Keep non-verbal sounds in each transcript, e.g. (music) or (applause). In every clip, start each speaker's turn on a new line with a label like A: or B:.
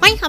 A: 欢迎好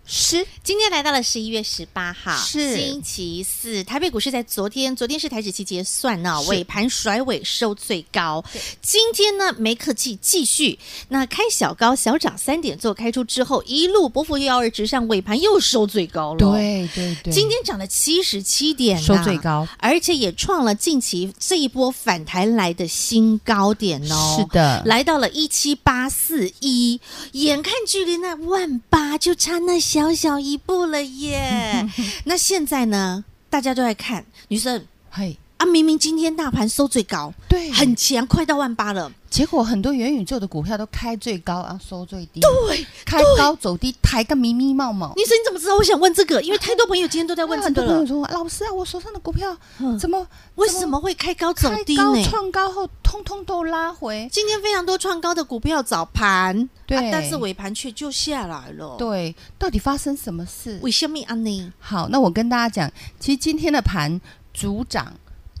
B: 师，
A: 今天来到了十一月十八号，
B: 是
A: 星期四，台北股市在昨天，昨天是台指期结算呢、
B: 是
A: 尾盘甩尾收最高。今天呢，没客气，继续那开小高小涨三点，做开出之后，一路波幅幺二直上，尾盘又收最高了。。
B: 对对
A: 今天涨了七十七点、
B: 收最高，
A: 而且也创了近期这一波反弹来的新高点哦。
B: 是的
A: 来到了一七八四一，眼看距离那万八就差那小小一步了
B: (laughs)
A: 耶。那现在呢，大家都在看女生
B: 嘿，
A: 啊，明明今天大盘收最高，
B: 对
A: 很强，快到万八了。
B: 结果很多元宇宙的股票都开最高，然后收最低，对，开高走低，抬个迷迷冒冒。
A: 女生你怎么知道？我想问这个，因为太多朋友今天都在问这
B: 那很
A: 个
B: 多 (laughs) 朋友
A: 了，
B: 说，老师啊，我手上的股票
A: 嗯
B: 怎么
A: 为什么会开高走
B: 啊开
A: 低
B: 高
A: 呢？
B: 创高后，通通都拉回？
A: 今天非常多创高的股票早盘，
B: 对
A: 啊但是尾盘却就下来了。，
B: 对，到底发生什么事？
A: 为什么啊你？
B: 好，那我跟大家讲，其实今天的盘主涨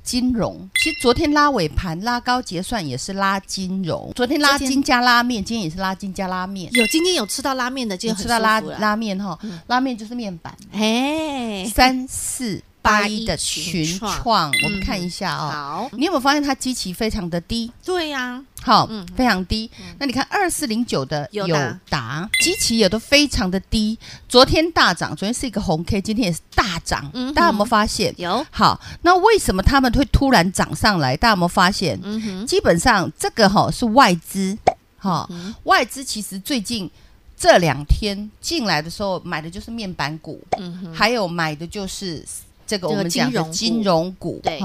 B: 金融，其实昨天拉尾盘拉高结算也是拉金融，昨天拉
A: 这件
B: 金加拉面，今天也是拉金加拉面。
A: 有今天有吃到拉面的，今天
B: 你
A: 很
B: 吃到拉
A: 舒服了，嗯
B: 拉面哈，拉面就是面板，
A: 哎，
B: 三四八一的
A: 群
B: 群
A: 创
B: 创，我
A: 嗯
B: 们看一下啊、
A: 好，
B: 你有没有发现它基期非常的低？
A: 对呀，
B: 好，
A: 嗯
B: 非常低。那你看二四零九的
A: 友
B: 友
A: 达
B: 达，基期也都非常的低。昨天大涨，昨天是一个红 K，今天也是大涨。
A: 嗯哼
B: 大家有没有发现？
A: 有，
B: 好，那为什么他们会突然涨上来？大家有没有发现？
A: 嗯哼，
B: 基本上这个哈、是外资，哈、
A: 嗯
B: 外资其实最近这两天进来的时候买的就是面板股，
A: 嗯哼，
B: 还有买的就是这个
A: 这个
B: 我们讲的
A: 金
B: 金
A: 融
B: 融股，
A: 对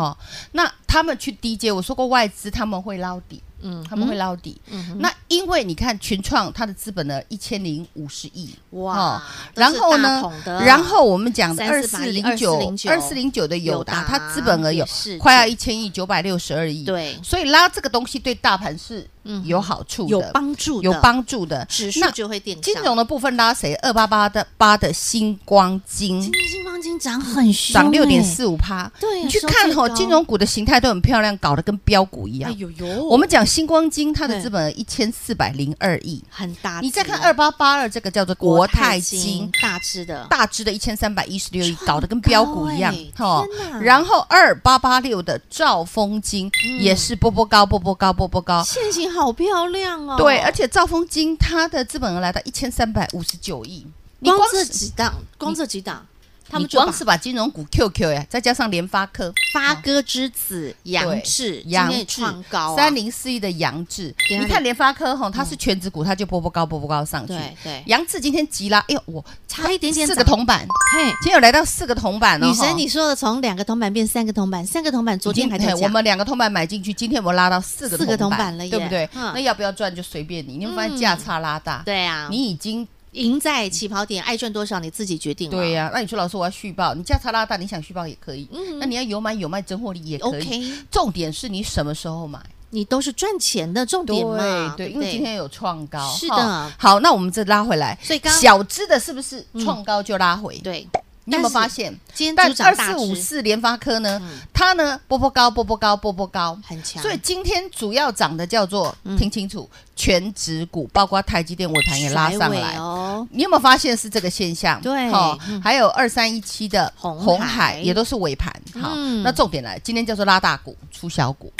B: 那他们去低阶，我说过外资他们会捞底，
A: 嗯哼，
B: 他们会捞底。
A: 嗯哼，
B: 那因为你看群创它的资本呢一千零五十亿，
A: 哇
B: 哦，
A: 都是
B: 然后呢
A: 大桶的
B: 然后我们讲的二四
A: 3480
B: 零九、二四零九的友达，它资本额有
A: 也是
B: 快要一千亿，九百六十二亿。，
A: 对，
B: 所以拉这个东西对大盘是
A: 嗯
B: 有好处的，
A: 有帮助的，
B: 有帮助的。
A: 指数
B: 那
A: 就会垫上
B: 金。融的部分拉谁？二八八的八的星光
A: 今
B: 金
A: 天金黄金涨很凶，
B: 涨六点
A: 哎，
B: 四五趴。
A: 对啊，
B: 你去
A: 收
B: 看
A: 最高
B: 哦，金融，股的形态都很漂亮，搞得跟标股一
A: 哎
B: 样。
A: 呦呦，
B: 我们讲星光金，它的
A: 对
B: 资本一千四百零二亿。
A: 很大只，
B: 你再看二八八二这个叫做国泰金，
A: 大只的，
B: 大只的一千三百一十六亿，
A: 创
B: 搞得跟标股一样
A: 高欸
B: 哦
A: 天哪。
B: 然后二八八六的兆丰金
A: 嗯
B: 也是波波高，波波高，波波高。
A: 线型好漂亮哦。
B: 对，而且兆丰金它的资本额来到一千三百五十九亿，你
A: 光
B: 光
A: 这
B: 是
A: 几档，光这几档，他们
B: 你
A: 就把
B: 光是把金融股 QQ 呀，再加上联发科
A: 发哥之子杨志，今
B: 杨
A: 天也
B: 志
A: 创高啊
B: 三零四亿的杨志，
A: 给它
B: 你
A: 两
B: 看联发科吼，它是全指股，它就波波高，波波高上去。
A: 对对，
B: 杨志今天急拉，哎呦，我
A: 差一点点
B: 四
A: 涨
B: 个铜板，
A: 嘿。
B: 今天有来到四个铜板哦。
A: 女
B: 吼
A: 神，你说的从两个铜板变三个铜板，三个铜板，昨天还在
B: 嘿
A: 讲，
B: 我们两个铜板买进去，今天我们拉到四个
A: 四个铜板了耶
B: 对不对？
A: 嗯
B: 那要不要赚就随便你，你会发
A: 嗯
B: 现价差拉大，
A: 对啊，
B: 你已经
A: 赢在起跑点，爱赚多少你自己决定嘛。
B: 对呀。那你说老师我要续报，你价差拉大，你想续报也可以，
A: 嗯
B: 那你要有买有卖真获利也可以。
A: ，OK，
B: 重点是你什么时候买？
A: 你都是赚钱的重点嘛，
B: 对，
A: 不
B: 因为今天有创高，
A: 是的
B: 哈好，那我们这拉回来，
A: 所以刚
B: 小只的是不是创高就拉回？
A: 对，
B: 你有没有发
A: 但是
B: 现？
A: 今天
B: 嗯但
A: 主
B: 二
A: 涨大
B: 四五
A: 只
B: 四联发科呢，它呢波波高，波波高，波波高，
A: 很强，嗯
B: 所以今天主要涨的叫做，听清楚，全指股，包括台积电尾盘也拉上
A: 甩尾
B: 来。
A: 哦，
B: 你有没有发现是这个现象？
A: 对
B: 好
A: 嗯，
B: 还有二三一七的
A: 红海
B: 红海也都是尾盘。好
A: 嗯，
B: 那重点来，今天叫做拉大股出小股，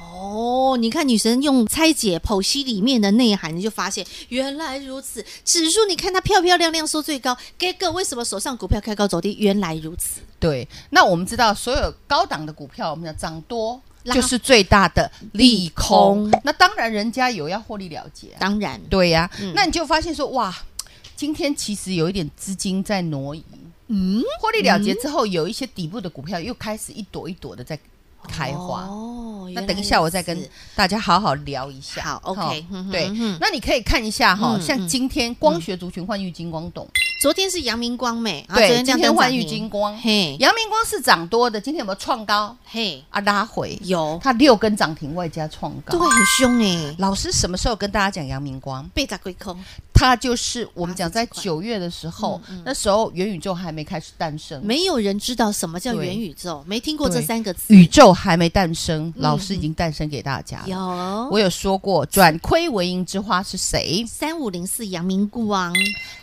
A: 哦，你看女神用拆解剖析里面的内涵，你就发现原来如此。指数你看它漂漂亮亮收最高，给个为什么手上股票开高走低？原来如此，
B: 对，那我们知道，所有高档的股票，我们讲涨多
A: 拉
B: 就是最大的利
A: 利
B: 空
A: 空。
B: 那当然，人家有要获利了结啊、
A: 当然
B: 对呀、
A: 嗯
B: 那你就发现说，哇，今天其实有一点资金在挪移，
A: 嗯，
B: 获利了结之后，有一些底部的股票又开始一朵一朵的在开花。
A: 哦，
B: 那
A: 原
B: 等一
A: 来
B: 下，
A: 如
B: 我再跟
A: 此
B: 大家好好聊一下。
A: 好
B: 哦
A: ，OK，嗯哼
B: 对
A: 嗯哼，
B: 那你可以看一下哈，
A: 嗯
B: 像今天光学族群换玉金光懂，
A: 昨天是阳明光美，啊昨
B: 对，
A: 天
B: 今
A: 亮
B: 天
A: 灯
B: 换
A: 涨
B: 玉
A: 停
B: 金光，
A: 嘿，
B: 阳明光是涨多的，今天有没有创高
A: 嘿，
B: 啊？拉回，
A: 有，
B: 它六根涨停外加创
A: 对，
B: 高。
A: 很凶哎，
B: 老师什么时候跟大家讲阳明光？
A: 被砸归空，
B: 它就是我们讲在
A: 八十几块
B: 九月的时候
A: 嗯嗯，
B: 那时候元宇宙还没开始诞生，
A: 没有人知道什么叫
B: 对
A: 元宇宙，没听过这
B: 对
A: 三个词。
B: 宇宙还没诞生，
A: 嗯
B: 老师已经诞生给大家了。
A: 有
B: 我有说过，转亏为盈之花是谁？
A: 三五零四阳明光，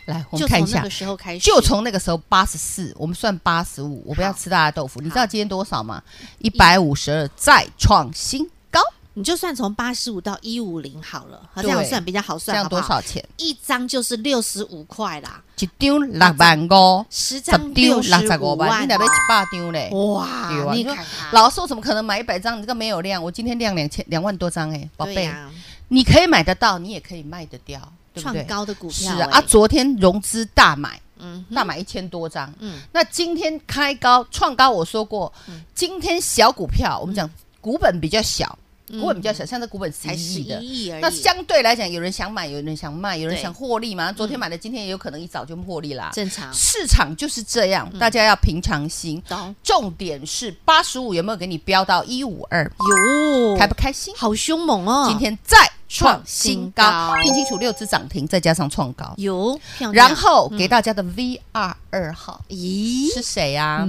B: 来，我
A: 就
B: 们看一
A: 从那
B: 下
A: 个。时候开始，
B: 就从那个时候八十四，我们算八十五，我不要吃大家豆腐。你知道今天多少吗？一百五十二，再创新高，
A: 你就算从八十五到一五零好了，好这
B: 对
A: 样算比较好
B: 这
A: 算，
B: 样
A: 好不
B: 多
A: 好？
B: 少钱？
A: 一张就是六十五块啦，
B: 一张六万五，
A: 十
B: 十
A: 张
B: 张
A: 六
B: 六
A: 十五
B: 十万，
A: 万，
B: 你得要一百张嘞。对
A: 哇！
B: 啊
A: 你
B: 你说
A: 看看，
B: 老师，我怎么可能买一百张？你这个没有量，我今天量两千两万多张哎，宝
A: 对
B: 贝，
A: 呀
B: 你可以买得到，你也可以卖得掉，对不
A: 创
B: 对？
A: 高的股
B: 是
A: 票
B: 啊，啊，
A: 哎
B: 昨天融资大买，
A: 嗯
B: 大买一千多张，
A: 嗯，
B: 那今天开高创高，我说过，今天小股票我们讲股本比较小，股本比较小，像这股本才
A: 嗯才
B: 十
A: 十
B: 亿的。
A: 一亿而已。
B: 那相对来讲，有人想买，有人想卖，有人
A: 对嗯
B: 想获利嘛。昨天买的，今天也有可能一早就获利啦。
A: 正常，嗯
B: 市场就是这样，大家要平常心。
A: 懂
B: 重点是八十五有没有给你飙到一五二，
A: 有
B: 开不开心？
A: 好凶猛哦！
B: 今天再创新高
A: 创新高，
B: 拼清楚六只涨停，再加上创高，
A: 有漂亮，
B: 然后给大家的 VR 二号
A: 嗯咦，嗯
B: 是谁呀？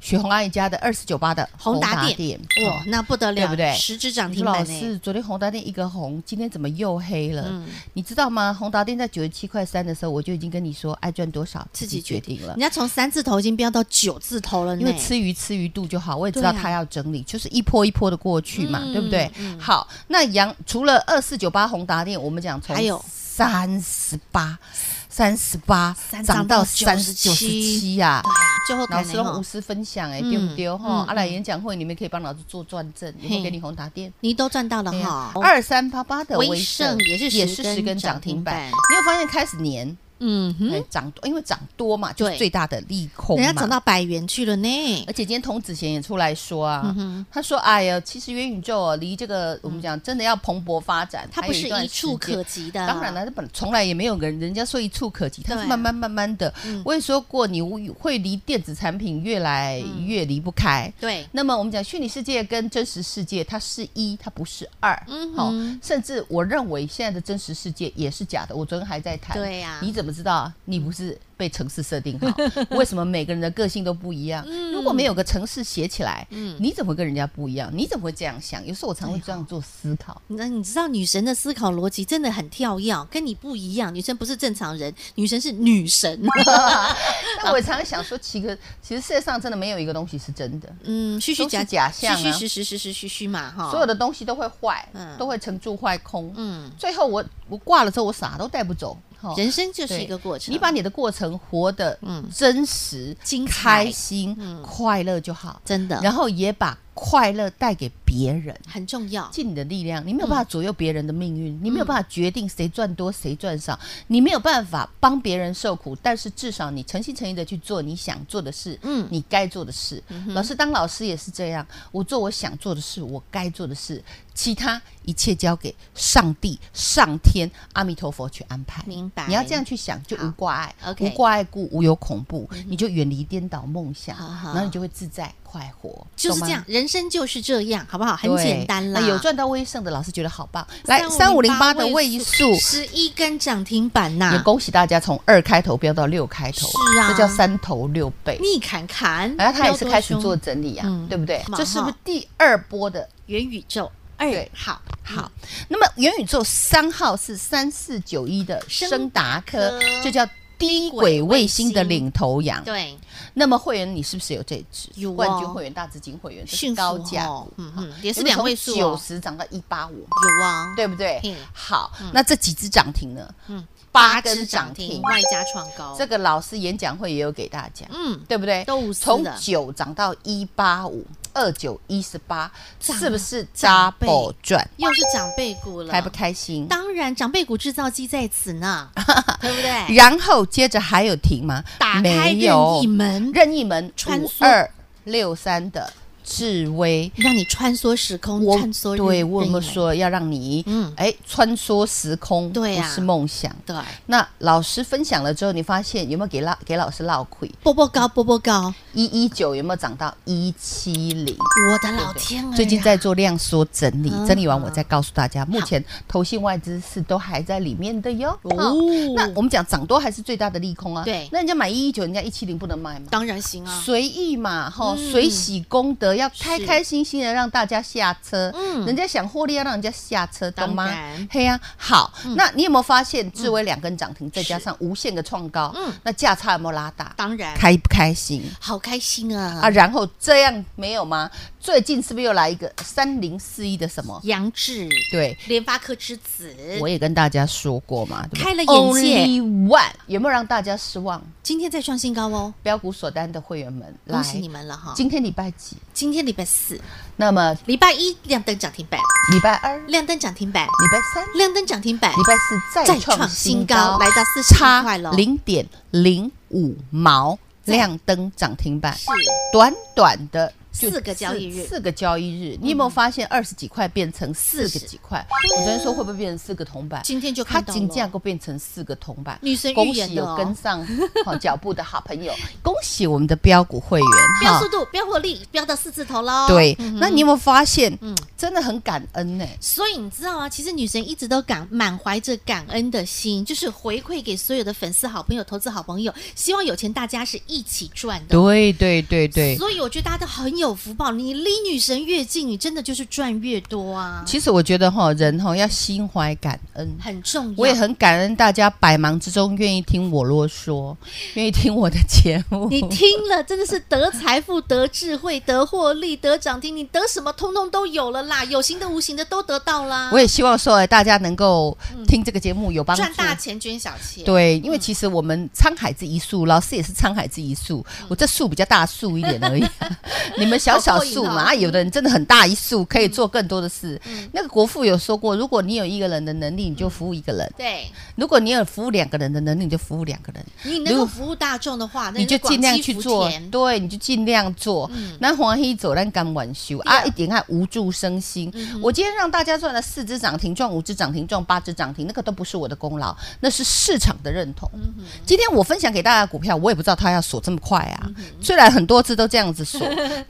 B: 许红阿姨家的二四九八的
A: 宏达店哇，
B: 哦
A: 那不得了，
B: 对不对
A: 十只涨
B: 你说
A: 停
B: 老
A: 板呢，
B: 师，昨天宏达店一个红，今天怎么又黑了？
A: 嗯
B: 你知道吗？宏达店在九十七块三的时候，我就已经跟你说，爱赚多少
A: 自
B: 自
A: 己
B: 己
A: 决
B: 决定了
A: 人。家从三字头已经飙到九字头了呢，
B: 因为吃鱼吃鱼肚就好，我也知道
A: 对啊
B: 它要整理，就是一波一波的过去嘛，
A: 嗯
B: 对不对？好，那杨除了二四九八宏达店，我们讲从
A: 还有
B: 三十八、三十八
A: 三
B: 涨到
A: 涨
B: 三
A: 到
B: 十
A: 97
B: 九十七呀
A: 对。啊最后
B: 老
A: 可
B: 师用
A: 能
B: 无
A: 哦
B: 私分享哎，
A: 嗯
B: 对不对？哈
A: 嗯，
B: 阿来演讲会你们可以帮老师做转正，有没有
A: 嘿
B: 给你宏达店？
A: 你都赚到了
B: 对
A: 哈
B: 啊，
A: 哦
B: 二三八八的
A: 威
B: 威盛
A: 盛也是
B: 也
A: 十
B: 是
A: 根
B: 十根
A: 涨
B: 涨停
A: 停
B: 板，
A: 板
B: 你有发现开始粘，
A: 嗯哼，
B: 哎涨多，因为涨多嘛，就是
A: 对
B: 最大的利空
A: 人家
B: 嘛
A: 涨到百元去了呢
B: 而，且今天童子贤也出来说啊
A: 嗯，哼
B: 他说：“哎呀，其实元宇宙哦，离这个我们讲真的要蓬勃发展，
A: 嗯它
B: 还
A: 不
B: 有
A: 是
B: 段
A: 一触
B: 时间
A: 可。及的，
B: 当然了，，它本从来也没有人人家说一触可及，它
A: 对啊嗯
B: 是慢慢慢慢的。我也说过，你会离电子产品越来
A: 嗯
B: 越离不开。
A: 对，
B: 那么我们讲虚拟世界跟真实世界，它是一，它不是二。
A: 嗯
B: 好、
A: 哼
B: 甚至我认为现在的真实世界也是假的。我昨天还在谈，
A: 对啊呀
B: 你怎么知道你不是被城市设
A: (laughs)
B: 定好？为什么每个人的个性都不一样？
A: 嗯
B: 如果没有个城市写起来，你怎么会跟人家不一样？你怎么会这样想？有时候我常会这样做思
A: (laughs)
B: 考。
A: 那你知道女神的思考逻辑真的很跳跃，啊跟你不一样。女神不是正常人，女神是女神。
B: 但我也常想说，其实其实世界上真的没有一个东西是真的，
A: 嗯，虚虚
B: 都是
A: 假
B: 假象啊
A: 虚虚实实，实实虚虚嘛，哈。
B: 所有的东西都会坏，
A: 哦嗯
B: 都会成住坏空。
A: 嗯，
B: 最后我我挂了之后，我啥都带不走。好
A: 人生就是
B: 对
A: 一个过程。
B: 哦你把你的过程活得
A: 嗯
B: 真实、
A: 精彩
B: 开心、
A: 嗯
B: 快乐就好，
A: 真的
B: 然后也把快乐带给别人。
A: 很重要，
B: 尽你的力量，你没有
A: 嗯
B: 办法左右别人的命运，你没有办法决定谁赚多谁赚少，你没有办法帮别人受苦，但是至少你诚心诚意的去做你想做的事，
A: 嗯
B: 你该做的事。老师当老师也是这样，我做我想做的事，我该做的事，其他一切交给上帝、上天、阿弥陀佛去安排。
A: 明白
B: 你要这样去想，就
A: 好
B: 无挂碍
A: OK 嗯
B: 无挂碍故无有恐怖，你就远离颠倒梦想，
A: 好好
B: 然后你就会自在快活，
A: 就是
B: 懂吗
A: 这样，人生就是这样，好不好？很
B: 对
A: 简单啦。
B: 那有赚到威盛的老师觉得好棒，来三五零
A: 3508
B: 八的位数。
A: 十一根涨停板呐、
B: 也恭喜大家从二开头飙到六开头，
A: 啊是啊
B: 这叫三头六倍。
A: 你看看，
B: 然后哎他也是开始
A: 飙多
B: 做
A: 凶
B: 整理啊，
A: 嗯
B: 对不对
A: 嘛？
B: 这是不是
A: 哈
B: 第二波的？
A: 元宇宙二
B: 对
A: 好
B: 好，那么元宇宙三号是三四九一的
A: 升
B: 升达科
A: 科，
B: 这叫低轨卫星的领头羊。
A: 对，
B: 那么会员你是不是有这一支？
A: 有哦
B: 冠军会员、大资金会员，这
A: 幸
B: 是
A: 福
B: 高价
A: 哦
B: 股，
A: 嗯嗯，也是两位数、
B: 九
A: 哦，
B: 十涨到一八五。
A: 有啊，
B: 对不对
A: 嗯？
B: 好，那这几只涨停呢？
A: 嗯
B: 嗯，
A: 八
B: 八
A: 只
B: 根
A: 涨
B: 涨
A: 停
B: 停，
A: 外加创高，
B: 这个老师演讲会也有给大家，
A: 嗯，
B: 对不对？
A: 都无私
B: 从
A: 的
B: 九涨到一八五，二九一十八，
A: 涨
B: 是不是
A: 涨倍
B: double 赚？
A: 又是长辈股了，
B: 开不开心？
A: 当然，长辈股制造机在此
B: (laughs)
A: 呢，对不对？
B: 然后接着还有停吗？
A: 打开
B: 没
A: 任
B: 有
A: 意，门，
B: 任意门
A: 穿
B: 五
A: 梭
B: 二六三的智威。
A: 让你穿梭时空，
B: 我
A: 穿梭
B: 对
A: 任
B: 我
A: 任
B: 有没有
A: 意门？
B: 说要让你
A: 嗯
B: 嗯哎穿梭时空？
A: 对啊
B: 不是梦想。
A: 对，
B: 那老师分享了之后，你发现有没有给老给老师落亏？
A: 波波高，波波高，
B: 一一九有没有涨到一七零？
A: 我的老天啊儿！
B: 最近在做量缩整理
A: 哎嗯，
B: 整理完我再告诉大家，目前投信外资是都还在里面的哟。
A: 哦
B: 哦，那我们讲涨多还是最大的利空啊？
A: 对
B: 那人家买一一九，人家一七零不能卖吗？
A: 当然行啊，
B: 随意嘛，哈，
A: 嗯
B: 随喜功德，要开
A: 是
B: 开心心的让大家下车。
A: 嗯
B: 人家想获利，要让人家下车，
A: 当
B: 懂吗
A: 然？嗯
B: 嘿呀，好，那你有没有发现智威两根涨停，再加
A: 是
B: 上无限的创高，
A: 嗯
B: 那价差有没有拉大？
A: 当然，
B: 开不开心？
A: 好开心啊！
B: 啊，然后这样没有吗？最近是不是又来一个三零四一的什么？
A: 杨志，
B: 对，
A: 联发科之子，
B: 我也跟大家说过嘛，对不对
A: 呃开了眼界
B: Only one 有没有让大家失望？
A: 今天再创新高哦，
B: 标股锁单的会员们，
A: 恭喜
B: 来
A: 你！们了哈！
B: 今天礼拜几？
A: 今天礼拜四，
B: 那么
A: 礼拜一亮灯涨停板，
B: 礼拜二、礼
A: 亮灯涨停板，
B: 拜三、
A: 亮灯涨停板，
B: 礼拜四
A: 再
B: 再
A: 创
B: 创
A: 新
B: 新
A: 高，
B: 高，
A: 来到四十块
B: 差
A: 了，
B: 零点零五毛，
A: 再
B: 亮灯涨停板，
A: 是
B: 短短的就
A: 四个交易日
B: 四个交易日，你有没有发现二十几块变成四
A: 40
B: 个几块？我昨天说会不会变成四个铜板？
A: 今天就
B: 它
A: 看到
B: 金价
A: 了，
B: 够变成四个铜板，
A: 女神预
B: 恭
A: 言
B: 喜
A: 的哦
B: 有跟上好脚步的好朋友， (laughs) 恭喜我们的标股会员
A: (laughs) 标速度，标获利，标到四字头喽。
B: 对
A: 嗯，
B: 那你有没有发现，真的很感恩呢？
A: 所以你知道啊，其实女神一直都感满怀着感恩的心，就是回馈给所有的粉丝、好朋友、投资好朋友，希望有钱大家是一起赚的。
B: 对对对对。
A: 所以我觉得大家都很有福报，你离女神越近，你真的就是赚越多啊，
B: 其实我觉得哈，人哈要心怀感恩。
A: 很重要。
B: 我也很感恩大家百忙之中愿意听我啰嗦，愿意听我的节 (laughs) 目。
A: 你呃听了真的是得财富、得智慧、得获利、得涨停，你得什么通通都有了啦，有形的、无形的都得到啦。
B: 我也希望说，哎大家能够听这个节目有帮助。
A: 赚大钱嗯捐小钱，
B: 对，因为其实我们沧海之一粟，老师也是沧海之一粟，
A: 嗯
B: 我这树比较大树一点而
A: (laughs)
B: 已，你们小小
A: 好过瘾
B: 树嘛，
A: 哦嗯
B: 啊，有的人真的很大一树，可以做更多的事。那个国父有说过，如果你有一个人的能力，你就服务一个人；
A: 对
B: 如果你有服务两个人的能力，你就服务两个人。
A: 你能够
B: 如
A: 服务大众的话，那
B: 你就尽量去
A: 广
B: 做
A: 积福，田嗯
B: 对，你就尽量做。那黄黑走，咱敢晚修啊，一点爱无助身心。
A: 嗯
B: 我今天让大家赚了四只涨停，赚五只涨停，赚八只涨停，那个都不是我的功劳，那是市场的认同。
A: 嗯
B: 今天我分享给大家的股票，我也不知道它要锁这么快啊。
A: 嗯
B: 虽然很多次都这样
A: (laughs)
B: 子锁，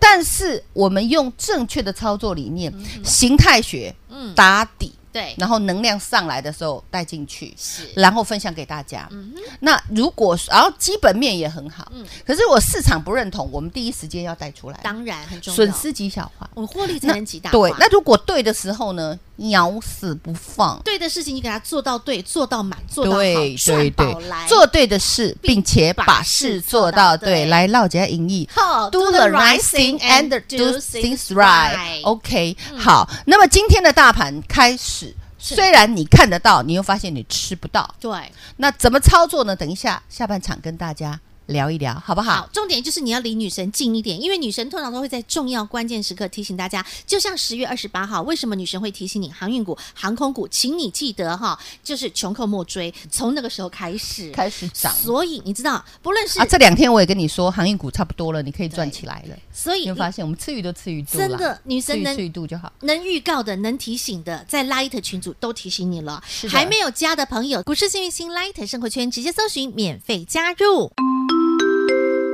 B: 但是我们用正确的操作理念、
A: 嗯
B: 形态学打底，
A: 对
B: 然后能量上来的时候带进去。
A: 是
B: 然后分享给大家。
A: 嗯
B: 那如果然后基本面也很好，可是我市场不认同，我们第一时间要带出来，
A: 当然很重要，
B: 损失极小化。
A: 我获利才能极大化
B: 对，那如果对的时候呢，咬死不放。
A: 对的事情，你给他做到对，做到满，做到好，
B: 对
A: 赚
B: 对
A: 宝
B: 对
A: 来，
B: 做对的事，并且把事做到
A: 把事做到哦对
B: 对，来落家盈益。
A: 好
B: Do the right thing and do things right。OK，好。哦那么今天的大盘开始，
A: 嗯是
B: 虽然你看得到，你又发现你吃不到。
A: 对，
B: 那怎么操作呢？等一下下半场跟大家聊一聊，好不好？
A: 好，重点就是你要离女神近一点，因为女神通常都会在重要关键时刻提醒大家。就像十月二十八号，为什么女神会提醒你航运股、航空股？请你记得哈，就是穷寇莫追，从那个时候开始
B: 开始涨
A: 所以你知道，不论是、
B: 啊！这两天我也跟你说，航运股差不多了，你可以赚起来了。
A: 所
B: 你
A: 以
B: 会发现我们吃鱼都吃鱼肚了，
A: 真的女
B: 吃
A: 神
B: 鱼
A: 能
B: 吃鱼肚就好。
A: 能预告的、能提醒的，在 Light 群组都提醒你了。
B: 是的
A: 还没有加的朋友，股市幸运星 Light 生活圈直接搜寻免费加入。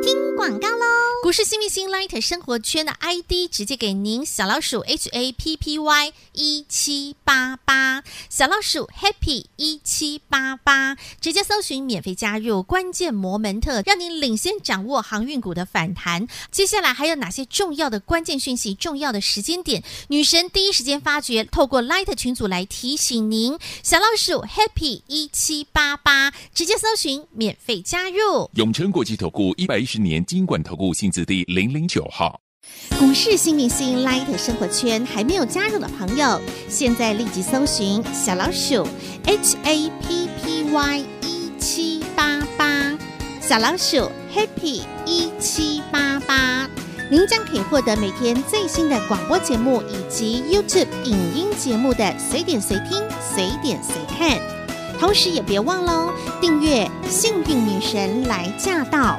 A: 听广告喽！股市幸运星 Light 生活圈的 ID 直接给您小老鼠 H A P P Y 一七八八，小老鼠 Happy 一七八八，直接搜寻免费加入，关键摩门特，让您领先掌握航运股的反弹。接下来还有哪些重要的关键讯息、重要的时间点，女神第一时间发掘，透过 Light 群组来提醒您。小老鼠 Happy 一七八八，直接搜寻免费加入。
C: 永诚国际投顾一百一十年金管投顾性质第零零九号。
A: 股市新明星 Light 生活圈还没有加入的朋友，现在立即搜寻小老鼠 HAPPY 一 E 七八八，小老鼠 Happy 一七八八，您将可以获得每天最新的广播节目以及 YouTube 影音节目的随点随听、随点随看。同时也别忘喽，订阅《幸运女神来驾到》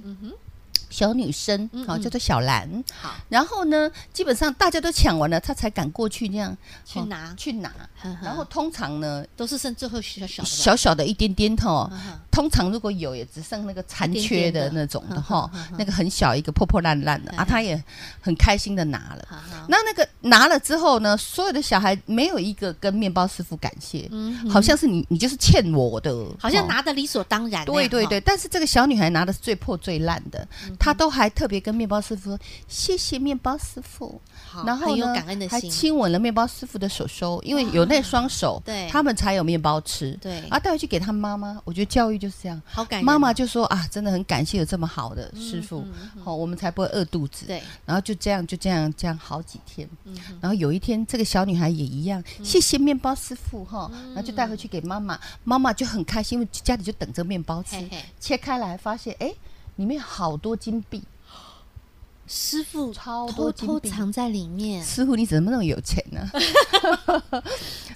B: 小女生
A: 嗯，
B: 好
A: 嗯
B: 叫做小兰
A: 好。
B: 然后呢，基本上大家都抢完了，他才敢过去那样
A: 去
B: 哦
A: 拿嗯
B: 去拿
A: 呵。呵
B: 然后通常呢，
A: 都是剩最后小小的嗯
B: 小小的一点点哦哈
A: 哼，
B: 通常如果有也只剩那个残缺
A: 一点
B: 的
A: 点的
B: 那种的
A: 嗯
B: 哈，那个很小一个破破烂烂的啊，他也很开心的拿了。
A: 好好
B: 那那个拿了之后呢，所有的小孩没有一个跟面包师傅感谢，好像是你你就是欠我的，
A: 嗯好像
B: 哦
A: 拿的理所当然那样，
B: 对对
A: 哈
B: 对，，但是这个小女孩拿的是最破最烂的，
A: 嗯
B: 她都还特别跟面包师傅说谢谢面包师傅，
A: 好
B: 然后
A: 哦很有
B: 呢
A: 感恩的
B: 还
A: 心
B: 亲吻了面包师傅的手手，因为有那双手，
A: 对
B: 他们才有面包吃，
A: 对
B: 然后带回去给他妈妈，我觉得教育就是这样。
A: 好感人
B: 啊妈妈
A: 哦
B: 就说啊，真的很感谢有这么好的师傅，好、我们才不会饿肚子。
A: 嗯对，嗯
B: 然后就这样就这样这样好几天，然后有一天这个小女孩也一样，谢谢面包师傅哈，
A: 嗯
B: 然后就带回去给妈妈，妈妈就很开心，因为家里就等着面包吃，
A: 嘿嘿
B: 切开来发现哎，里面好多金币，
A: 师傅
B: 超
A: 偷
B: 多金
A: 偷
B: 币
A: 藏在里面，
B: 师傅你怎么那么有钱
A: (laughs)
B: 呢、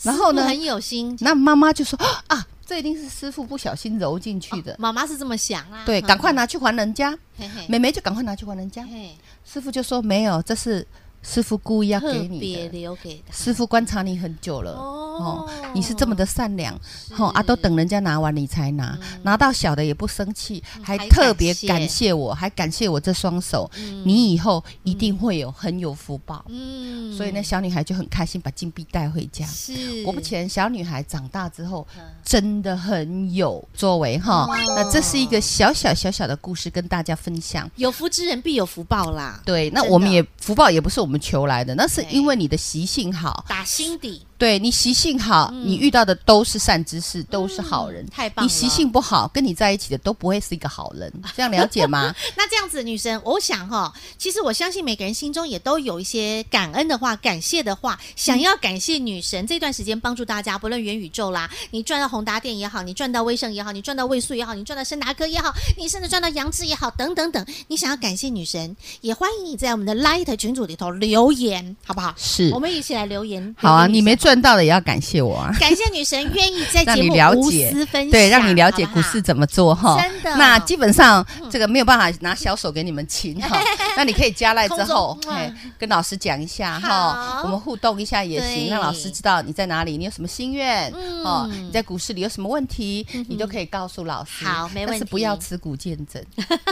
B: 然后
A: 师
B: 呢
A: 傅，很有心，
B: 那妈妈就说啊，这一定是师傅不小心揉进去的，
A: 妈妈是这么想啦，
B: 对，
A: 哈
B: 赶快，拿去还人家，
A: 嘿嘿
B: 妹妹就赶快拿去还人家。
A: 嘿
B: 师傅就说没有，这是师傅故意要
A: 特
B: 给
A: 别
B: 你的。
A: 留给他，
B: 师傅观察你很久了，
A: 哦
B: 哦，你是这么的善良，哦啊，都等人家拿完你才拿，拿到小的也不生气，还
A: 嗯还
B: 特别
A: 感谢
B: 感谢我，还感谢我这双手，你以后一定会有很有福报。
A: 嗯
B: 所以呢，小女孩就很开心，把金币带回家。
A: 是
B: 果不其然，小女孩长大之后
A: 嗯
B: 真的很有作为哈
A: 哦。
B: 那这是一个小小小小的故事跟大家分享。
A: 有福之人必有福报啦，
B: 对，那
A: 真的
B: 我们也福报也不是我们求来的，那是
A: 对
B: 因为你的习性好，
A: 打心底
B: 对你习性好，你遇到的都是善知识，都是好人
A: 嗯。太棒了。
B: 你习性不好，跟你在一起的都不会是一个好人，这样了解
A: (laughs)
B: 吗？
A: 那这样子，女神，我想哈，其实我相信每个人心中也都有一些感恩的话、感谢的话，想要感谢女神这段时间帮助大家，不论元宇宙啦，你赚到宏达电也好，你赚到威盛也好，你赚到位数也好，你赚到深达科也好，你甚至赚到杨志也好，等等等，你想要感谢女神，也欢迎你在我们的 Light 群组里头留言，好不好？
B: 是
A: 我。们一起来留言。
B: 嗯好啊，
A: 留给
B: 你没
A: 女神
B: 赚 (laughs) 到了也要感谢我啊。
A: 感谢女神愿意在
B: 让
A: 节
B: 你
A: 目
B: 了
A: 无
B: 解
A: 私分享，
B: 对，让你了解
A: 好不
B: 股
A: 好
B: 市怎么做哈。
A: 真的嗯
B: 那基本上这个没有办法拿小手给你们
A: (laughs)
B: 擒哈，那你可以加赖之后
A: 空，中
B: 嘿
A: 嗯，
B: 跟老师讲一下
A: 好
B: 哈，我们互动一下也
A: 对
B: 行，让老师知道你在哪里，你有什么心愿
A: 嗯
B: 哦，你在股市里有什么问题，你都可以告诉老师。
A: 好没问题
B: 但是不要持股见证，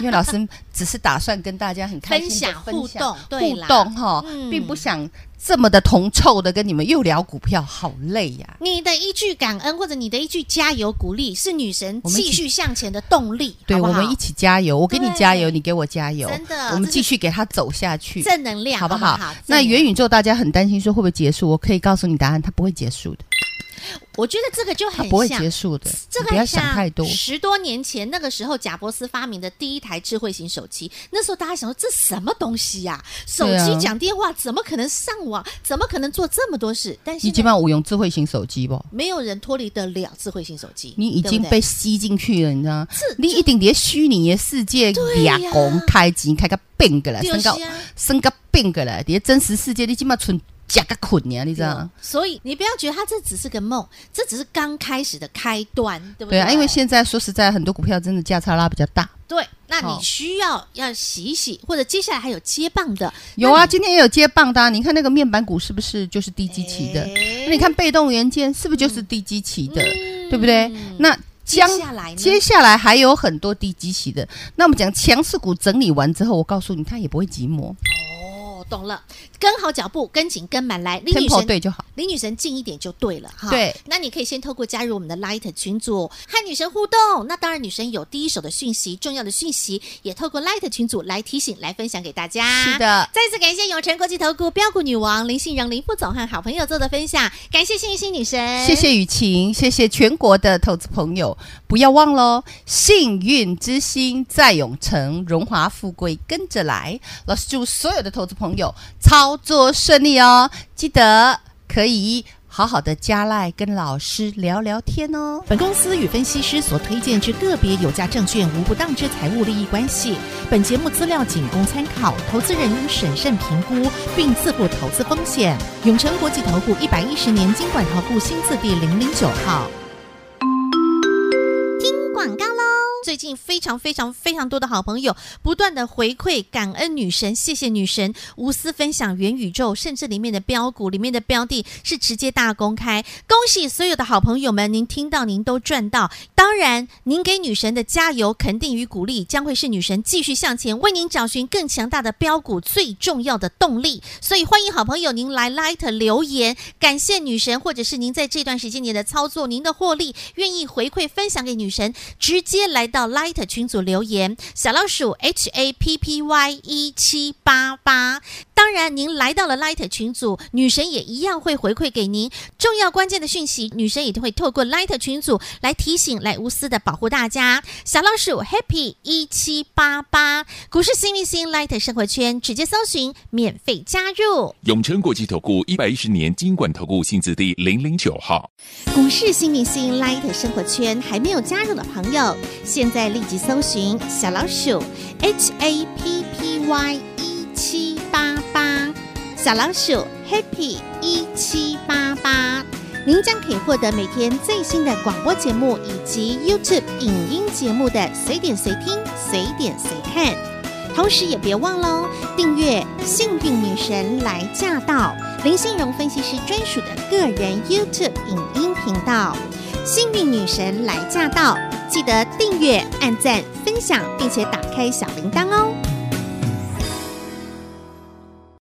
B: 因为老师只是打算跟大家很开心地
A: 分享
B: 分享
A: 互动对
B: 互
A: 啦
B: 动哈
A: 嗯，
B: 并不想这么的铜臭的跟你们又聊股票，好累呀。
A: 你的一句感恩，或者你的一句加油鼓励，是女神
B: 我们一
A: 继
B: 起
A: 续向前的动力，
B: 对，
A: 好不
B: 我
A: 好
B: 们一起加油，我给你
A: 对
B: 加油，你给我加油，
A: 真的
B: 我
A: 这
B: 们
A: 是
B: 继续给他走下去，
A: 正能量，
B: 好不
A: 不
B: 好？那
A: 正能
B: 元宇宙大家很担心说会不会结束，我可以告诉你答案，它不会结束的，
A: 我觉得这个就
B: 它
A: 很
B: 不会
A: 像
B: 结束的，
A: 这
B: 你
A: 个
B: 不要
A: 很
B: 想
A: 像
B: 太多。
A: 十多年前那个时候，贾伯斯发明的第一台智慧型手机，那时候大家想说这什么东西呀、手
B: 对啊
A: 机讲电话怎么可能上网？怎么可能做这么多事？但
B: 你
A: 现
B: 基
A: 在
B: 本上我用智慧型手机不？
A: 没有人脱离得了智慧型手机，
B: 你已
A: 对不
B: 经
A: 对
B: 被吸进去了，你知道吗？
A: 这
B: 你一定在虚拟的世界
A: 对
B: 俩
A: 呀
B: 公开钱开个变个了，
A: 就
B: 升
A: 是啊
B: 到升到变个了，在真实世界你起码存加个困呢，你知道
A: 有
B: 吗？
A: 哦所以你不要觉得它这只是个梦，这只是刚开始的开端，对不对
B: 对啊，因为现在说实在，很多股票真的价差拉比较大。
A: 对，那你
B: 哦
A: 需要要洗一洗，或者接下来还有接棒的，
B: 有啊，今天也有接棒的、啊。你看那个面板股是不是就是低基期的？
A: 哎
B: 那你看被动元件是不是就是低基期的？对不对？那将
A: 嗯接下来呢
B: 接下来还有很多低基期的。那我们讲强势股整理完之后，我告诉你，它也不会寂寞
A: 哦，懂了，跟好脚步，跟紧跟满来，李女
B: ，tempo
A: 神
B: 对就好。
A: 离女神近一点就对了哈。
B: 对，
A: 那你可以先透过加入我们的 Light 群组和女神互动。那当然，女神有第一手的讯息，重要的讯息也透过 Light 群组来提醒、来分享给大家。
B: 是。的，
A: 再次感谢永诚国际投顾标股女王林信荣林副总和好朋友做的分享，感谢幸运星女神，
B: 谢谢雨晴，谢谢全国的投资朋友，不要忘喽！幸运之星在永城，荣华富贵跟着来。老师祝所有的投资朋友操作顺利哦，记得可以好好的加赖跟老师聊聊天哦。
D: 本公司与分析师所推荐之个别有价证券无不当之财务利益关系。本节目资料仅供参考，投资人应审慎评估并自负投资风险。永诚国际投顾一百一十年经管投顾新字第零零九号。
A: 广告喽！最近非常非常非常多的好朋友不断的回馈感恩女神，谢谢女神无私分享元宇宙，甚至里面的标股里面的标的是直接大公开，恭喜所有的好朋友们，您听到您都赚到。当然，您给女神的加油、肯定与鼓励，将会是女神继续向前，为您找寻更强大的标股最重要的动力。所以，欢迎好朋友您来 Light 留言，感谢女神，或者是您在这段时间您的操作、您的获利，愿意回馈分享给女神，直接来到 Light 群组留言，小老鼠 H A P P Y 一七八八。当然，您来到了 Light 群组，女神也一样会回馈给您重要关键的讯息，女神也会透过 Light 群组来提醒，来无私的保护大家。小老鼠 Happy 一七八八，股市新明星 Light 生活圈，直接搜寻免费加入。
C: 永诚国际投顾一百一十年金管投顾性质第零零九号。
A: 股市新明星 Light 生活圈还没有加入的朋友，现在立即搜寻小老鼠 HAPPY 一七八八，小老鼠 Happy 一七八八，您将可以获得每天最新的广播节目以及 YouTube 影音节目的随点随听、随点随看。同时也别忘喽，订阅《幸运女神来驾到》林信荣分析师专属的个人 YouTube 影音频道《幸运女神来驾到》，记得订阅、按赞、分享，并且打开小铃铛哦。